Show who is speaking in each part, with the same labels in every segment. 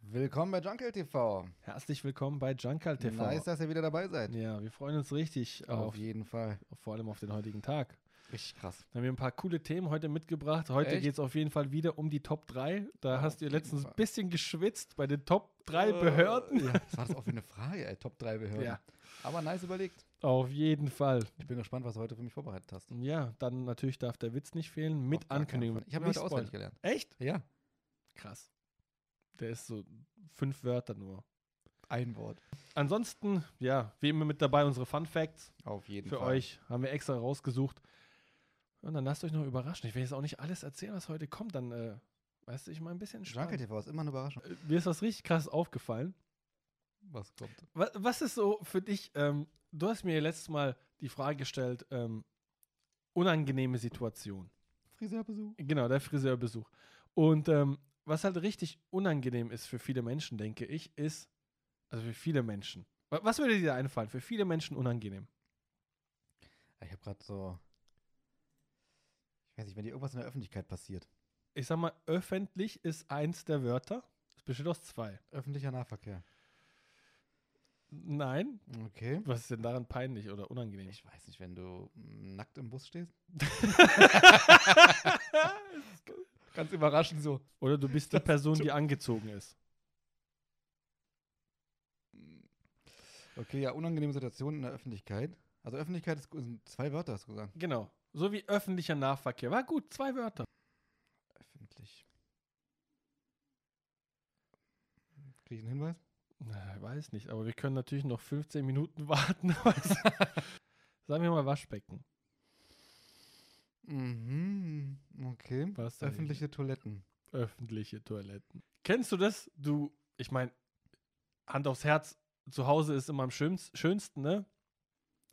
Speaker 1: Willkommen bei Junkel TV.
Speaker 2: Herzlich willkommen bei Junkal TV.
Speaker 1: Nice, dass ihr wieder dabei seid.
Speaker 2: Ja, wir freuen uns richtig
Speaker 1: Auf
Speaker 2: auf,
Speaker 1: jeden Fall.
Speaker 2: vor allem auf den heutigen Tag.
Speaker 1: Richtig krass.
Speaker 2: Da haben wir ein paar coole Themen heute mitgebracht. Heute
Speaker 1: Echt?
Speaker 2: geht es auf jeden Fall wieder um die Top 3. Da hast du
Speaker 1: jeden
Speaker 2: letztens
Speaker 1: Fall. Äh,
Speaker 2: ein bisschen geschwitzt bei den Top 3 Behörden.
Speaker 1: Ja, das war das offene Frage, ey. Top 3 Behörden.
Speaker 2: Ja.
Speaker 1: Aber nice überlegt.
Speaker 2: Auf jeden Fall.
Speaker 1: Ich bin gespannt, was du heute für mich vorbereitet hast.
Speaker 2: Ja, dann natürlich darf der Witz nicht fehlen
Speaker 1: Auf
Speaker 2: mit
Speaker 1: gar keinen
Speaker 2: Ankündigung.
Speaker 1: Fall. Ich habe ihn
Speaker 2: Nicht
Speaker 1: heute auswendig
Speaker 2: spoilern.
Speaker 1: gelernt.
Speaker 2: Echt?
Speaker 1: Ja,
Speaker 2: Krass. Der ist so fünf Wörter nur.
Speaker 1: ein Wort.
Speaker 2: Ansonsten, ja, wie immer mit dabei unsere Fun Facts.
Speaker 1: Auf jeden
Speaker 2: für
Speaker 1: Fall.
Speaker 2: euch. Haben wir extra rausgesucht. Und dann lasst euch noch überraschen. Ich will jetzt auch nicht alles erzählen, was heute kommt. Dann, äh, weißt du, ich mal ein bisschen
Speaker 1: Junkel
Speaker 2: entspannen.
Speaker 1: TV ist immer eine Überraschung.
Speaker 2: Äh, Mir ist was richtig krass aufgefallen.
Speaker 1: Was kommt?
Speaker 2: Was, was ist so für dich, ähm, du hast mir letztes Mal die Frage gestellt, ähm, unangenehme Situation.
Speaker 1: Friseurbesuch.
Speaker 2: Genau, der Friseurbesuch. Und ähm, was halt richtig unangenehm ist für viele Menschen, denke ich, ist, also für viele Menschen. Wa- Was würde dir da einfallen? Für viele Menschen unangenehm.
Speaker 1: Ich habe gerade so. Ich weiß nicht, wenn dir irgendwas in der Öffentlichkeit passiert.
Speaker 2: Ich sag mal, öffentlich ist eins der Wörter. Es besteht aus zwei.
Speaker 1: Öffentlicher Nahverkehr.
Speaker 2: Nein.
Speaker 1: Okay.
Speaker 2: Was ist denn daran peinlich oder unangenehm?
Speaker 1: Ich weiß nicht, wenn du mm, nackt im Bus stehst. Ganz überraschend so.
Speaker 2: Oder du bist die Person, die angezogen ist.
Speaker 1: Okay, ja, unangenehme Situation in der Öffentlichkeit. Also Öffentlichkeit ist, sind zwei Wörter, hast du gesagt.
Speaker 2: Genau. So wie öffentlicher Nahverkehr. War gut, zwei Wörter.
Speaker 1: Öffentlich. Krieg ich einen Hinweis?
Speaker 2: Na, weiß nicht, aber wir können natürlich noch 15 Minuten warten. Sagen wir mal Waschbecken.
Speaker 1: Mhm, okay.
Speaker 2: Was denn?
Speaker 1: Öffentliche Toiletten.
Speaker 2: Öffentliche Toiletten. Kennst du das? Du, ich meine, Hand aufs Herz, zu Hause ist immer am schönst- schönsten, ne?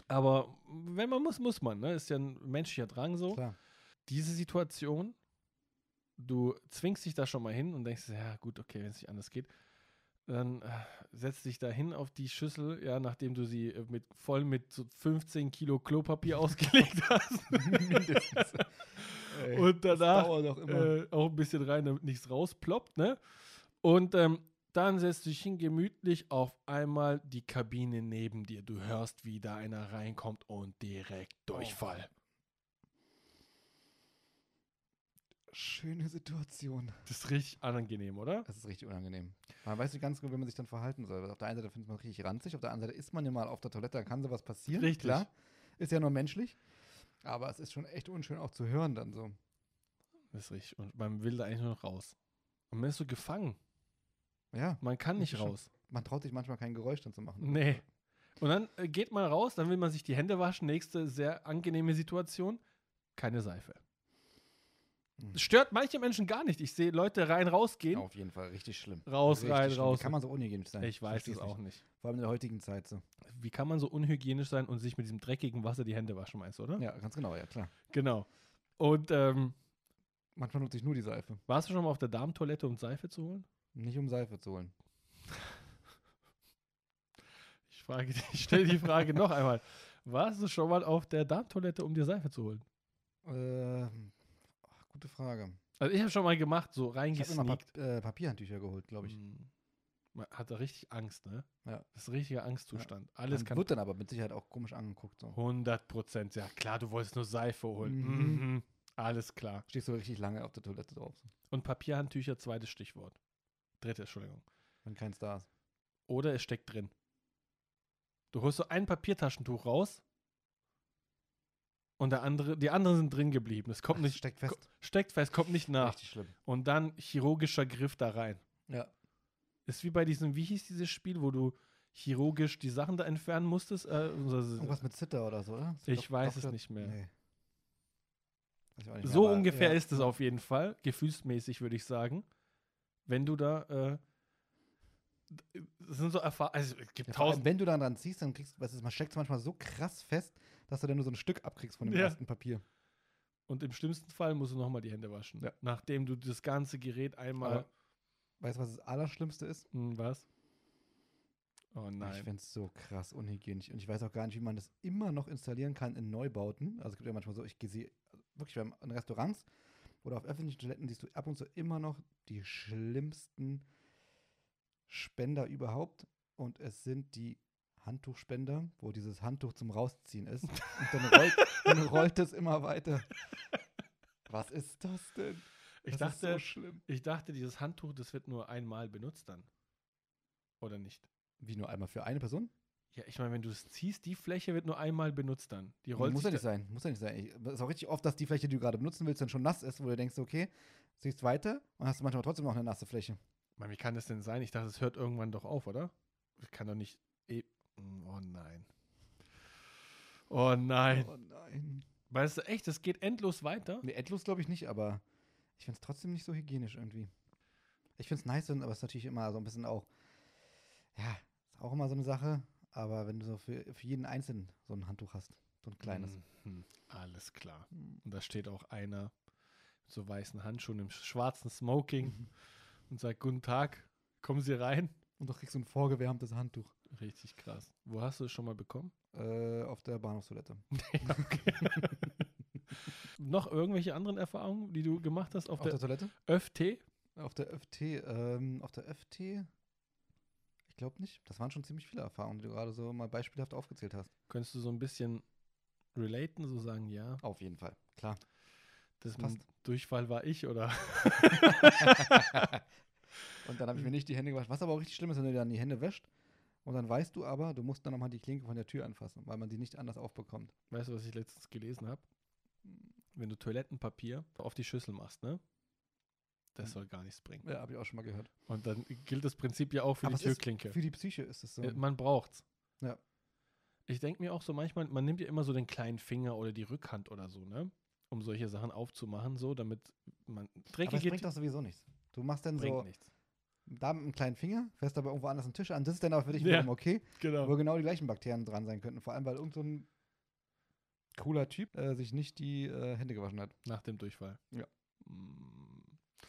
Speaker 2: Aber wenn man muss, muss man, ne? Ist ja ein menschlicher Drang so.
Speaker 1: Klar.
Speaker 2: diese Situation, du zwingst dich da schon mal hin und denkst, ja gut, okay, wenn es nicht anders geht, dann äh, setzt dich da hin auf die Schüssel, ja, nachdem du sie äh, mit, voll mit so 15 Kilo Klopapier ausgelegt hast.
Speaker 1: Mindestens. Ey,
Speaker 2: und
Speaker 1: das
Speaker 2: danach
Speaker 1: dauert doch immer.
Speaker 2: äh, auch ein bisschen rein, damit nichts rausploppt, ne? Und ähm, dann setzt du dich hin gemütlich auf einmal die Kabine neben dir. Du hörst, wie da einer reinkommt und direkt Durchfall.
Speaker 1: Oh, Schöne Situation.
Speaker 2: Das ist richtig unangenehm, oder?
Speaker 1: Das ist richtig unangenehm. Man weiß nicht ganz genau, wie man sich dann verhalten soll. Weil auf der einen Seite findet man richtig ranzig, auf der anderen Seite ist man ja mal auf der Toilette, da kann sowas passieren.
Speaker 2: Richtig.
Speaker 1: Klar. Ist ja nur menschlich. Aber es ist schon echt unschön auch zu hören dann so.
Speaker 2: Das ist richtig. Und man will da eigentlich nur noch raus. Und man ist so gefangen.
Speaker 1: Ja,
Speaker 2: Man kann
Speaker 1: Das
Speaker 2: nicht
Speaker 1: ist schon-
Speaker 2: raus.
Speaker 1: man traut sich manchmal kein Geräusch dann zu machen.
Speaker 2: Nee. Und dann äh, geht man raus, dann will man sich die Hände waschen. Nächste sehr angenehme Situation. Keine Seife.
Speaker 1: Mhm.
Speaker 2: Das Stört manche Menschen gar nicht. Ich sehe Leute rein, rausgehen.
Speaker 1: Auf jeden Fall, richtig schlimm.
Speaker 2: Raus,
Speaker 1: richtig
Speaker 2: rein,
Speaker 1: schlimm.
Speaker 2: raus.
Speaker 1: Wie Kann man so unhygienisch sein?
Speaker 2: Ich weiß
Speaker 1: versteh's
Speaker 2: es auch nicht.
Speaker 1: Vor allem in der heutigen Zeit so.
Speaker 2: Wie kann man so unhygienisch sein und sich mit diesem dreckigen Wasser die Hände waschen, meinst du, oder?
Speaker 1: Ja, ganz genau, ja, klar.
Speaker 2: Genau. Und ähm,
Speaker 1: Manchmal nutze ich nur die Seife.
Speaker 2: warst du schon mal auf der Darmtoilette, um Seife zu holen?
Speaker 1: Nicht um Seife zu holen.
Speaker 2: Ich frage dich, ich stelle die Frage noch einmal. Warst du schon mal auf der Darmtoilette, um dir Seife zu holen?
Speaker 1: Ähm, ach, gute Frage.
Speaker 2: Also ich habe schon mal gemacht, so
Speaker 1: Ich habe immer
Speaker 2: reingesneakt.
Speaker 1: Pap äh, Papierhandtücher geholt, glaube ich.
Speaker 2: Mm. Man hat da richtig Angst, ne?
Speaker 1: Ja.
Speaker 2: Das ist ein richtiger Angstzustand. Alles
Speaker 1: Man
Speaker 2: kann
Speaker 1: wird dann aber mit Sicherheit auch komisch angeguckt. So.
Speaker 2: 100 Prozent. Ja, klar, du wolltest nur Seife holen.
Speaker 1: Mhm.
Speaker 2: Mhm. Alles klar.
Speaker 1: Stehst du richtig lange auf der Toilette drauf. so.
Speaker 2: Und Papierhandtücher, zweites Stichwort. Drittes, Entschuldigung.
Speaker 1: Wenn kein Star ist.
Speaker 2: Oder es steckt drin. Du holst so ein Papiertaschentuch raus und der andere, die anderen sind drin geblieben. Es kommt
Speaker 1: Ach,
Speaker 2: nicht,
Speaker 1: steckt fest.
Speaker 2: steckt fest, kommt nicht nach.
Speaker 1: Richtig schlimm.
Speaker 2: Und dann chirurgischer Griff da rein.
Speaker 1: Ja.
Speaker 2: Ist wie bei diesem, wie hieß dieses Spiel, wo du chirurgisch die Sachen da entfernen musstest? Äh, also-
Speaker 1: Irgendwas mit Zitter oder so, oder?
Speaker 2: Ich weiß es nicht mehr.
Speaker 1: Weiß ich auch nicht
Speaker 2: so
Speaker 1: mehr, aber,
Speaker 2: ungefähr
Speaker 1: ja.
Speaker 2: ist es auf jeden Fall, gefühlsmäßig würde ich sagen. Wenn du da, äh, d- das sind so Erfahrungen, also es gibt
Speaker 1: Ja, vor allem,
Speaker 2: tausend.
Speaker 1: wenn du dann dran ziehst, dann kriegst du, man steckt es manchmal so krass fest, dass du dann nur so ein Stück abkriegst von dem
Speaker 2: Ja.
Speaker 1: ersten Papier.
Speaker 2: Und im schlimmsten Fall musst du nochmal die Hände waschen.
Speaker 1: Ja.
Speaker 2: Nachdem du das ganze Gerät einmal,
Speaker 1: Aber- Weißt du, was das Allerschlimmste ist?
Speaker 2: hm, was? Oh
Speaker 1: Ich
Speaker 2: nein.
Speaker 1: finde es so krass unhygienisch. Und ich weiß auch gar nicht, wie man das immer noch installieren kann in Neubauten. Also es gibt ja manchmal so, ich geh- sehe wirklich beim- in Restaurants oder auf öffentlichen Toiletten siehst du ab und zu immer noch die schlimmsten Spender überhaupt und es sind die Handtuchspender, wo dieses Handtuch zum Rausziehen ist. Und dann rollt, dann rollt es immer weiter. Was ist das denn?
Speaker 2: Ich
Speaker 1: das ist
Speaker 2: dachte,
Speaker 1: so schlimm.
Speaker 2: ich dachte, dieses Handtuch, das wird nur einmal benutzt dann. Oder nicht?
Speaker 1: Wie nur einmal für eine Person?
Speaker 2: Ja, ich meine, wenn du es ziehst, die Fläche wird nur einmal benutzt dann. Die rollt
Speaker 1: Muss ja
Speaker 2: sich
Speaker 1: nicht sein. Muss ja nicht sein. Ich- Es ist auch richtig oft, dass die Fläche, die du gerade benutzen willst, dann schon nass ist, wo du denkst, okay, ziehst weiter und hast manchmal trotzdem noch eine nasse Fläche.
Speaker 2: Mann, wie kann das denn sein? Ich dachte, es hört irgendwann doch auf, oder? Ich kann doch nicht. e- Mm, Oh nein. Oh nein.
Speaker 1: Oh nein.
Speaker 2: Weißt du, echt, es geht endlos weiter.
Speaker 1: Nee, endlos glaube ich nicht, aber ich finde es trotzdem nicht so hygienisch irgendwie. Ich finde es nice, aber es ist natürlich immer so ein bisschen auch, ja, ist auch immer so eine Sache, aber wenn du so für, für jeden Einzelnen so ein Handtuch hast, so ein kleines.
Speaker 2: Mhm. Alles klar. Und da steht auch einer mit so weißen Handschuhen im schwarzen
Speaker 1: Mhm.
Speaker 2: Smoking und sagt: Guten Tag, kommen Sie rein.
Speaker 1: Und doch kriegst du ein vorgewärmtes Handtuch
Speaker 2: Richtig krass. Wo hast du es schon mal bekommen?
Speaker 1: äh, auf der Bahnhofstoilette.
Speaker 2: Ja, okay. Noch irgendwelche anderen Erfahrungen, die du gemacht hast auf,
Speaker 1: auf der
Speaker 2: der,
Speaker 1: Toilette?
Speaker 2: ÖFT?
Speaker 1: Auf der FT, ähm, auf der FT, ich glaube nicht. Das waren schon ziemlich viele Erfahrungen, die du gerade so mal beispielhaft aufgezählt hast.
Speaker 2: Könntest du so ein bisschen relaten, so sagen, ja,
Speaker 1: Auf jeden Fall, klar.
Speaker 2: das
Speaker 1: passt.
Speaker 2: mit Durchfall war ich oder?
Speaker 1: Und dann habe ich mir nicht die Hände gewaschen. Was aber auch richtig schlimm ist, wenn du dir dann die Hände wäscht. Und dann weißt du aber, du musst dann nochmal die Klinke von der Tür anfassen, weil man die nicht anders aufbekommt.
Speaker 2: Weißt du, was ich letztens gelesen habe? Wenn du Toilettenpapier auf die Schüssel machst, ne? Das soll gar nichts bringen.
Speaker 1: Mhm. Ja, habe ich auch schon mal gehört.
Speaker 2: Und dann gilt das Prinzip ja auch für
Speaker 1: Aber es
Speaker 2: die
Speaker 1: ist
Speaker 2: Türklinke.
Speaker 1: Für die Psyche ist es so.
Speaker 2: Äh, Man braucht's.
Speaker 1: Ja.
Speaker 2: Ich denke mir auch so manchmal, man nimmt ja immer so den kleinen Finger oder die Rückhand oder so, ne? Um solche Sachen aufzumachen, so, damit man.
Speaker 1: aber
Speaker 2: Dreckige
Speaker 1: es bringt doch sowieso nichts. Du machst dann
Speaker 2: bringt
Speaker 1: so
Speaker 2: nichts.
Speaker 1: da mit einem kleinen Finger, fährst aber irgendwo anders einen Tisch an. Das ist dann auch für dich
Speaker 2: Ja.
Speaker 1: wiederum okay, wo
Speaker 2: Genau.
Speaker 1: genau die gleichen Bakterien dran sein könnten. Vor allem, weil irgend so ein cooler Typ äh, sich nicht die äh, Hände gewaschen hat.
Speaker 2: Nach dem Durchfall.
Speaker 1: Ja.
Speaker 2: Mm.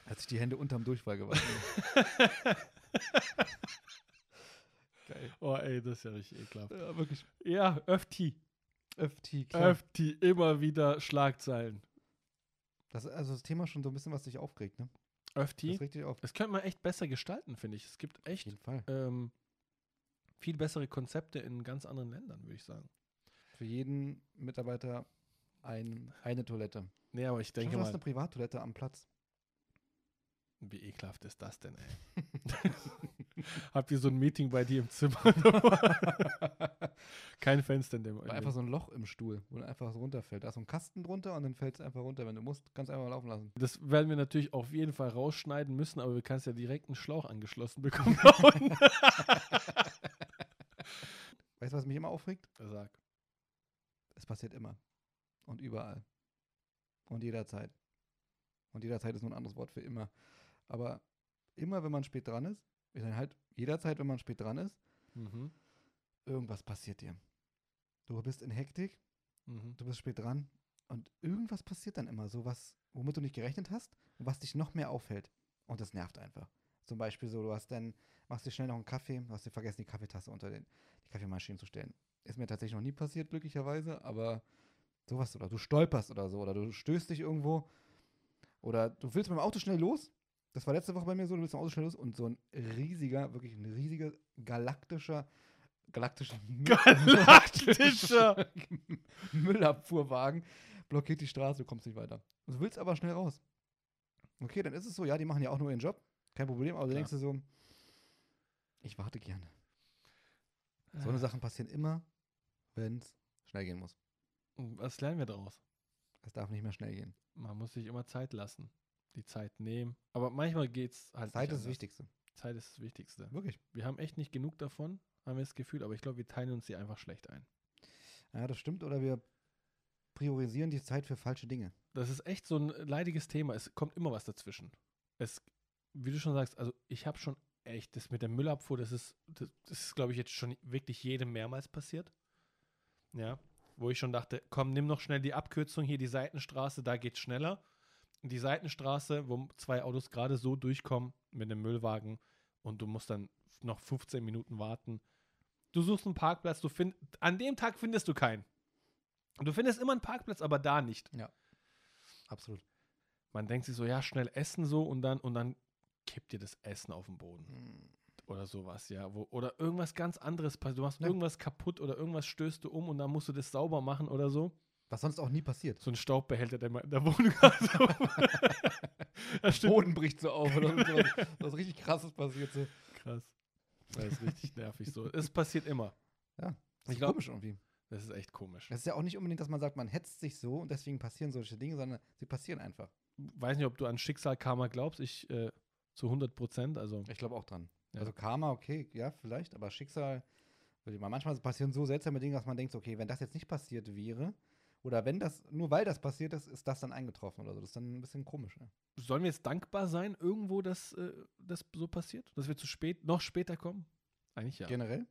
Speaker 1: Hat sich die Hände unterm Durchfall gewaschen. Geil.
Speaker 2: Oh, ey, das ist ja richtig ekelhaft.
Speaker 1: Ja, wirklich.
Speaker 2: Ja, Öfti.
Speaker 1: FT, klar.
Speaker 2: Öfti, immer wieder Schlagzeilen.
Speaker 1: Das ist also das Thema schon so ein bisschen, was dich aufregt, ne? Das
Speaker 2: Öfti.
Speaker 1: regt dich auf.
Speaker 2: Das könnte man echt besser gestalten, finde ich. Es gibt
Speaker 1: Auf
Speaker 2: echt
Speaker 1: jeden Fall.
Speaker 2: ähm, viel bessere Konzepte in ganz anderen Ländern, würde ich sagen.
Speaker 1: Für jeden Mitarbeiter ein, eine Toilette.
Speaker 2: Nee, aber ich denke
Speaker 1: Schau, du
Speaker 2: mal,
Speaker 1: hast eine Privattoilette am Platz.
Speaker 2: wie ekelhaft ist das denn, ey? Habt ihr so ein Meeting bei dir im Zimmer? oder? Kein Fenster in dem.
Speaker 1: Oder einfach so ein Loch im Stuhl, wo du einfach so runterfällt. Da ist so ein Kasten drunter und dann fällt es einfach runter. Wenn du musst, kannst du einfach mal laufen lassen.
Speaker 2: Das werden wir natürlich auf jeden Fall rausschneiden müssen, aber du kannst ja direkt einen Schlauch angeschlossen bekommen. da unten.
Speaker 1: Weißt du, was mich immer aufregt?
Speaker 2: Sag.
Speaker 1: Es passiert immer. Und überall. Und jederzeit. Und jederzeit ist nur ein anderes Wort für immer. Aber immer, wenn man spät dran ist, ich sage halt, jederzeit, wenn man spät dran ist,
Speaker 2: Mhm.
Speaker 1: irgendwas passiert dir. Du bist in Hektik,
Speaker 2: Mhm.
Speaker 1: du bist spät dran und irgendwas passiert dann immer, so was, womit du nicht gerechnet hast und was dich noch mehr aufhält. Und das nervt einfach. Zum Beispiel so, du hast dann, machst dir schnell noch einen Kaffee, hast dir vergessen, die Kaffeetasse unter den, die Kaffeemaschine zu stellen. Ist mir tatsächlich noch nie passiert, glücklicherweise, aber sowas oder du stolperst oder so oder du stößt dich irgendwo oder du willst mit dem Auto schnell los. Das war letzte Woche bei mir so, du willst mit dem Auto schnell los und so ein riesiger, wirklich ein riesiger galaktischer, galaktischer
Speaker 2: Galaktischer.
Speaker 1: Müllabfuhrwagen blockiert die Straße, du kommst nicht weiter. Du willst aber schnell raus. Okay, dann ist es so, ja, die machen ja auch nur ihren Job, kein Problem, aber du
Speaker 2: Klar.
Speaker 1: denkst du so, ich warte gerne.
Speaker 2: Äh.
Speaker 1: So eine Sachen passieren immer, wenn es schnell gehen muss.
Speaker 2: Was lernen wir daraus?
Speaker 1: Es darf nicht mehr schnell gehen.
Speaker 2: Man muss sich immer Zeit lassen. Die Zeit nehmen. Aber manchmal geht's halt.
Speaker 1: Zeit ist
Speaker 2: nicht
Speaker 1: das
Speaker 2: anders.
Speaker 1: Wichtigste.
Speaker 2: Zeit ist das Wichtigste.
Speaker 1: Wirklich.
Speaker 2: Wir haben echt nicht genug davon, haben wir das Gefühl, aber ich glaube, wir teilen uns die einfach schlecht ein.
Speaker 1: Ja, das stimmt. Oder wir priorisieren die Zeit für falsche Dinge.
Speaker 2: Das ist echt so ein leidiges Thema. Es kommt immer was dazwischen. Es, wie du schon sagst, also ich habe schon echt das mit der Müllabfuhr, das ist, das, das ist, glaube ich, jetzt schon wirklich jedem mehrmals passiert. Ja. Wo ich schon dachte, komm, nimm noch schnell die Abkürzung hier, die Seitenstraße, da geht's schneller. Die Seitenstraße, wo zwei Autos gerade so durchkommen mit einem Müllwagen und du musst dann noch 15 Minuten warten. Du suchst einen Parkplatz, du find, an dem Tag findest du keinen. Du findest immer einen Parkplatz, aber da nicht
Speaker 1: Absolut. Mm.
Speaker 2: man denkt sich so, ja, schnell essen so und dann und dann kippt dir das Essen auf den Boden. oder sowas, ja, wo, oder irgendwas ganz anderes passiert. Du machst
Speaker 1: Ja.
Speaker 2: irgendwas kaputt oder irgendwas stößt du um und dann musst du das sauber machen oder so.
Speaker 1: Was sonst auch nie passiert.
Speaker 2: So ein Staubbehälter, der mal in der Wohnung hat. So. das stimmt.
Speaker 1: Boden bricht so auf oder was, was richtig krasses passiert. So.
Speaker 2: Krass. Das ist richtig nervig so. Es passiert immer.
Speaker 1: Das
Speaker 2: Ich
Speaker 1: ist
Speaker 2: glaub-
Speaker 1: komisch irgendwie.
Speaker 2: Das ist echt komisch.
Speaker 1: Es ist ja auch nicht unbedingt, dass man sagt, man hetzt sich so und deswegen passieren solche Dinge, sondern sie passieren einfach.
Speaker 2: Weiß nicht, ob du an Schicksal, Karma glaubst. Ich äh, zu 100 Prozent. Also,
Speaker 1: Ich glaube auch dran.
Speaker 2: Ja.
Speaker 1: Also Karma, okay, ja, vielleicht, aber Schicksal, würde ich mal- manchmal passieren so seltsame Dinge, dass man denkt, okay, wenn das jetzt nicht passiert wäre, oder wenn das, nur weil das passiert ist, ist das dann eingetroffen oder so. Das ist dann ein bisschen komisch. Ne?
Speaker 2: sollen wir jetzt dankbar sein, irgendwo, dass äh, das so passiert? Dass wir zu spät, noch später kommen? Eigentlich ja.
Speaker 1: Generell.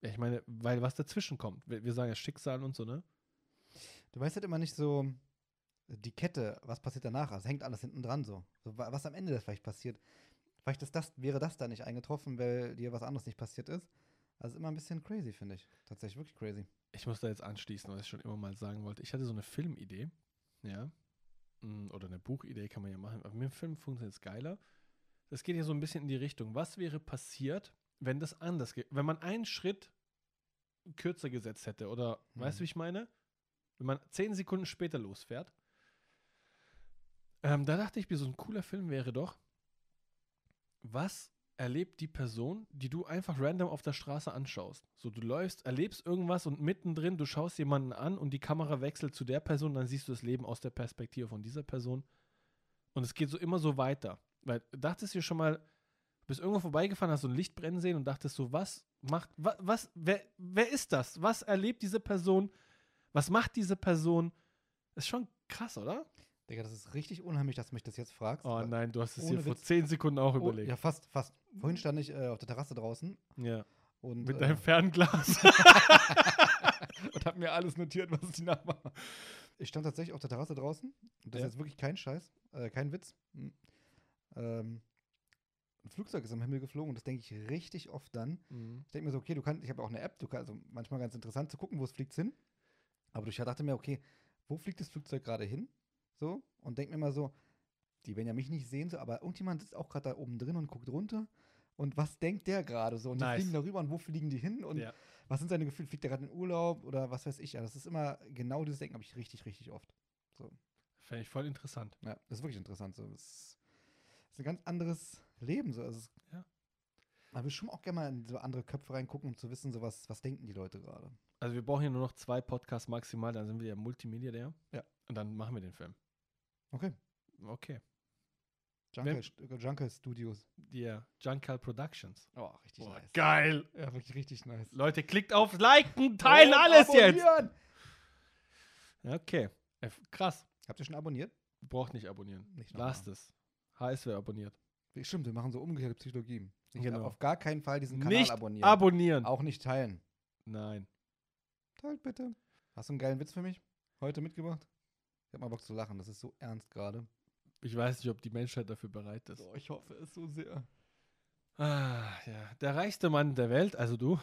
Speaker 2: Ja, Ich meine, weil was dazwischen kommt. Wir, wir sagen ja Schicksal und so, ne?
Speaker 1: Du weißt halt immer nicht so die Kette, was passiert danach. Also hängt alles hinten dran so. so. wa- Was am Ende das vielleicht passiert. Vielleicht ist das, wäre das da nicht eingetroffen, weil dir was anderes nicht passiert ist. Also immer ein bisschen crazy, finde ich. Tatsächlich wirklich crazy.
Speaker 2: Ich muss da jetzt anschließen, was ich schon immer mal sagen wollte. Ich hatte so eine Filmidee, ja. Mm, Oder eine Buchidee kann man ja machen. Aber mit dem Film funktioniert es geiler. Das geht ja so ein bisschen in die Richtung. Was wäre passiert, wenn das anders geht? Wenn man einen Schritt kürzer gesetzt hätte oder, weißt
Speaker 1: Hm.
Speaker 2: du, wie ich meine? Wenn man zehn Sekunden später losfährt. Ähm, da dachte ich mir, so ein cooler Film wäre doch, was erlebt die Person, die du einfach random auf der Straße anschaust. So, du läufst, erlebst irgendwas und mittendrin, du schaust jemanden an und die Kamera wechselt zu der Person, dann siehst du das Leben aus der Perspektive von dieser Person. Und es geht so immer so weiter. Weil dachtest du dir schon mal, bist irgendwo vorbeigefahren, hast so ein Licht brennen sehen und dachtest so, was macht, was, was wer, wer ist das? Was erlebt diese Person? Was macht diese Person? Ist schon krass, oder?
Speaker 1: Digga, das ist richtig unheimlich, dass du mich das jetzt fragst.
Speaker 2: Oh
Speaker 1: aber-
Speaker 2: nein, du hast es
Speaker 1: Ohne
Speaker 2: hier vor
Speaker 1: Witz.
Speaker 2: zehn Sekunden auch
Speaker 1: Oh,
Speaker 2: überlegt.
Speaker 1: ja, fast, fast. Vorhin stand ich äh, auf der Terrasse draußen
Speaker 2: ja.
Speaker 1: und,
Speaker 2: Mit
Speaker 1: äh,
Speaker 2: deinem Fernglas.
Speaker 1: und habe mir alles notiert, was ich nachmache. Ich stand tatsächlich auf der Terrasse draußen. Und das
Speaker 2: Ja.
Speaker 1: ist jetzt wirklich kein Scheiß, äh, kein Witz. Hm. Ähm, ein Flugzeug ist am Himmel geflogen und das denke ich richtig oft dann.
Speaker 2: Mhm.
Speaker 1: Ich denke mir so, okay, du kannst, ich habe auch eine App, du kannst, also manchmal ganz interessant zu gucken, wo es fliegt hin. Aber ich dachte mir, okay, wo fliegt das Flugzeug gerade hin? So, und denke mir mal so, die werden ja mich nicht sehen, so, aber irgendjemand sitzt auch gerade da oben drin und guckt runter. Und was denkt der gerade so? Und die
Speaker 2: Nice.
Speaker 1: fliegen darüber und wo fliegen die hin? Und
Speaker 2: Ja.
Speaker 1: was sind seine Gefühle? Fliegt der gerade in Urlaub oder was weiß ich? Ja, das ist immer genau dieses Denken, habe ich richtig, richtig oft.
Speaker 2: Fände ich voll interessant.
Speaker 1: Ja, das ist wirklich interessant. So. Das ist, das ist ein ganz anderes Leben. So. Also, es-
Speaker 2: Ja.
Speaker 1: Aber ich schon auch gerne mal in so andere Köpfe reingucken, um zu wissen, so was, was denken die Leute gerade.
Speaker 2: Also wir brauchen hier nur noch zwei Podcasts maximal, dann sind wir ja Multimilliardär.
Speaker 1: Ja.
Speaker 2: Und dann machen wir den Film.
Speaker 1: Okay.
Speaker 2: Okay.
Speaker 1: Jungle, St- äh, Jungle Studios.
Speaker 2: Ja. Junkal Productions.
Speaker 1: Oh, richtig
Speaker 2: Boah,
Speaker 1: nice.
Speaker 2: Geil.
Speaker 1: Ja, wirklich richtig nice.
Speaker 2: Leute, klickt auf Liken, teilen
Speaker 1: Und
Speaker 2: alles jetzt.
Speaker 1: abonnieren!
Speaker 2: Okay. Äh, Krass.
Speaker 1: Habt ihr schon abonniert?
Speaker 2: Braucht nicht abonnieren.
Speaker 1: Nicht nochmal.
Speaker 2: Lasst es. HS wer abonniert.
Speaker 1: Stimmt, wir machen so umgekehrte Psychologie. Nicht
Speaker 2: Genau.
Speaker 1: Auf gar keinen Fall diesen Kanal
Speaker 2: Nicht
Speaker 1: abonnieren.
Speaker 2: abonnieren.
Speaker 1: auch nicht teilen.
Speaker 2: Nein.
Speaker 1: Teilt bitte. Hast du einen geilen Witz für mich heute mitgebracht? Ich hab mal Bock zu lachen, das ist so ernst gerade.
Speaker 2: Ich weiß nicht, ob die Menschheit dafür bereit ist.
Speaker 1: ich hoffe es so sehr.
Speaker 2: Ah, ja. Der reichste Mann der Welt, also du.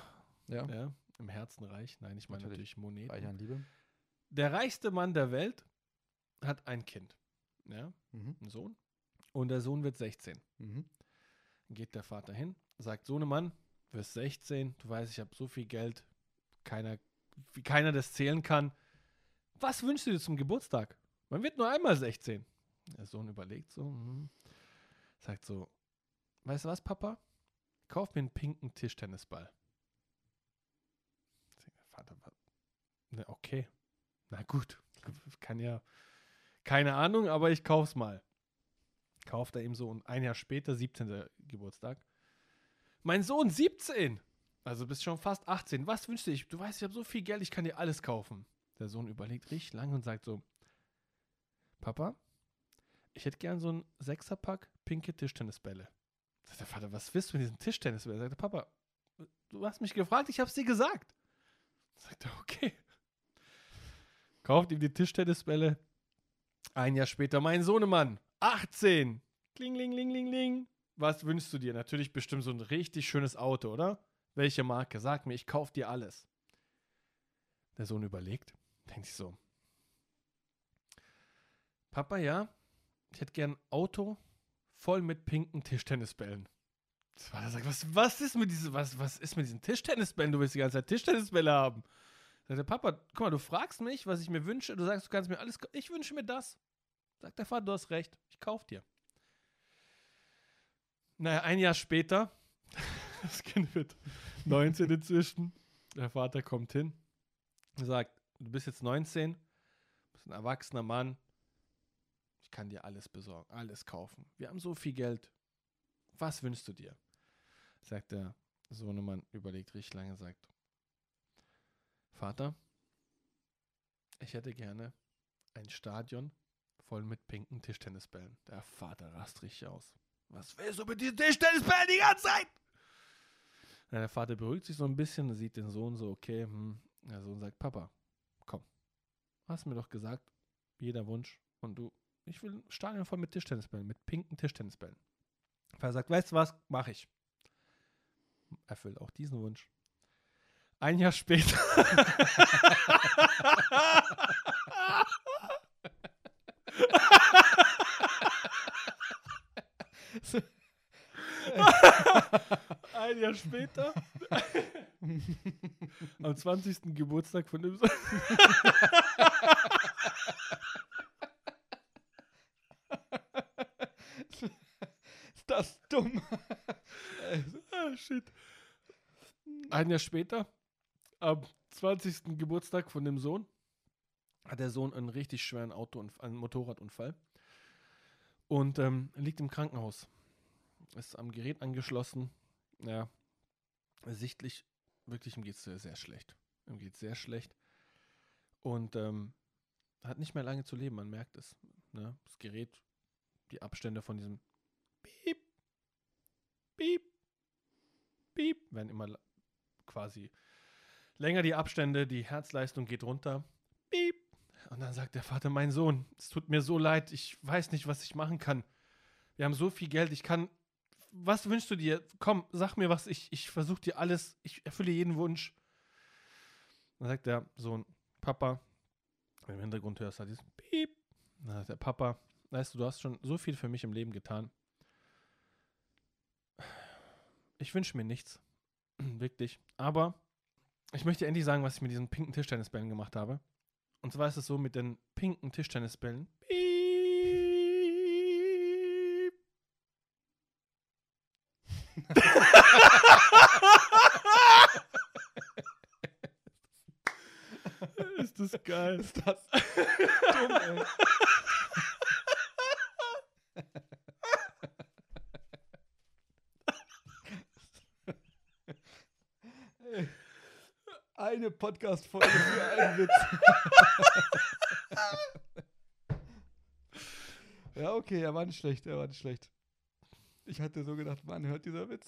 Speaker 1: Ja,
Speaker 2: Ja. Im Herzen reich. Nein, ich meine natürlich,
Speaker 1: Natürlich.
Speaker 2: Moneten.
Speaker 1: Reichern Liebe.
Speaker 2: der reichste Mann der Welt hat ein Kind. Ja,
Speaker 1: Mhm.
Speaker 2: einen Sohn. Und der Sohn wird 16.
Speaker 1: Mhm.
Speaker 2: Geht der Vater hin, sagt: Sohnemann, wirst 16, du weißt, ich habe so viel Geld, keiner, wie keiner das zählen kann. Was wünschst du dir zum Geburtstag? Man wird nur einmal 16. Der Sohn überlegt so, mhm. sagt so: Weißt du was, Papa? Kauf mir einen pinken Tischtennisball. Sagt der Vater, "Wa- na, okay. Na gut, kann ja. Keine Ahnung, aber ich kauf's mal. Kauft er ihm so und ein Jahr später, 17. Geburtstag. Mein Sohn 17! Also bist schon fast 18. Was wünschst du dich? Du weißt, ich habe so viel Geld, ich kann dir alles kaufen. Der Sohn überlegt richtig lange und sagt so: Papa, ich hätte gern so ein Sechserpack pinke Tischtennisbälle. Sagt der Vater, was willst du mit diesen Tischtennisbällen? Sagt der Papa, du hast mich gefragt, ich hab's dir gesagt. Sagt er, okay. Kauft ihm die Tischtennisbälle. Ein Jahr später, mein Sohnemann, 18. Kling, ling, ling, ling, ling. Was wünschst du dir? Natürlich bestimmt so ein richtig schönes Auto, oder? Welche Marke? Sag mir, ich kauf dir alles. Der Sohn überlegt, denkt sich so. Papa, ja, ich hätte gern ein Auto voll mit pinken Tischtennisbällen. Das war, der sagt, was, was, ist mit diese, was, was ist mit diesen Tischtennisbällen? Du willst die ganze Zeit Tischtennisbälle haben. Sagt der Papa, guck mal, du fragst mich, was ich mir wünsche. Du sagst, du kannst mir alles. kau- Ich wünsche mir das. Sagt der Vater, du hast recht. Ich kauf dir. Naja, ein Jahr später, das Kind wird 19 inzwischen. Der Vater kommt hin und sagt, du bist jetzt 19, bist ein erwachsener Mann. Ich kann dir alles besorgen, alles kaufen. Wir haben so viel Geld. Was wünschst du dir? Sagt der Sohnemann, überlegt richtig lange, sagt, Vater, ich hätte gerne ein Stadion voll mit pinken Tischtennisbällen. Der Vater rast richtig aus. Was willst du mit diesen Tischtennisbällen die ganze Zeit? Na, der Vater beruhigt sich so ein bisschen, sieht den Sohn so, okay. Hm. Der Sohn sagt, Papa, komm, hast mir doch gesagt, jeder Wunsch und du, ich will ein Stadion voll mit Tischtennisbällen, mit pinken Tischtennisbällen. Der Vater sagt, weißt du was, mache ich. Erfüllt auch diesen Wunsch. Ein Jahr später. Ein Jahr später.
Speaker 1: mhm.
Speaker 2: Am 20. Geburtstag von dem Sohn.
Speaker 1: Ist das dumm? Äh,
Speaker 2: Ah, shit. Ein Jahr später, am 20. Geburtstag von dem Sohn, hat der Sohn einen richtig schweren Auto einen Motorradunfall und ähm, liegt im Krankenhaus. Ist am Gerät angeschlossen. Ja, sichtlich, wirklich, ihm geht es sehr, sehr schlecht. Ihm geht sehr schlecht. Und ähm, hat nicht mehr lange zu leben, man merkt es. Ne? Das Gerät, die Abstände von diesem Piep, Piep, piep, werden immer la- quasi länger die Abstände, die Herzleistung geht runter. Piep. Und dann sagt der Vater, mein Sohn, es tut mir so leid, ich weiß nicht, was ich machen kann. Wir haben so viel Geld, ich kann. Was wünschst du dir? Komm, sag mir was, ich, ich versuche dir alles, ich erfülle jeden Wunsch. Dann sagt der Sohn, Papa, im Hintergrund hörst du halt dieses Piep. Dann sagt der Papa, weißt du, du hast schon so viel für mich im Leben getan. Ich wünsche mir nichts. Wirklich. Aber ich möchte endlich sagen, was ich mit diesen pinken Tischtennisbällen gemacht habe. Und zwar ist es so mit den pinken Tischtennisbällen. Piep. ist das geil.
Speaker 1: Ist das dumm, ey? Ey, Eine Podcast-Folge für einen Witz. ja, okay, er war nicht schlecht, er war nicht schlecht. Ich hatte so gedacht, wann hört dieser Witz?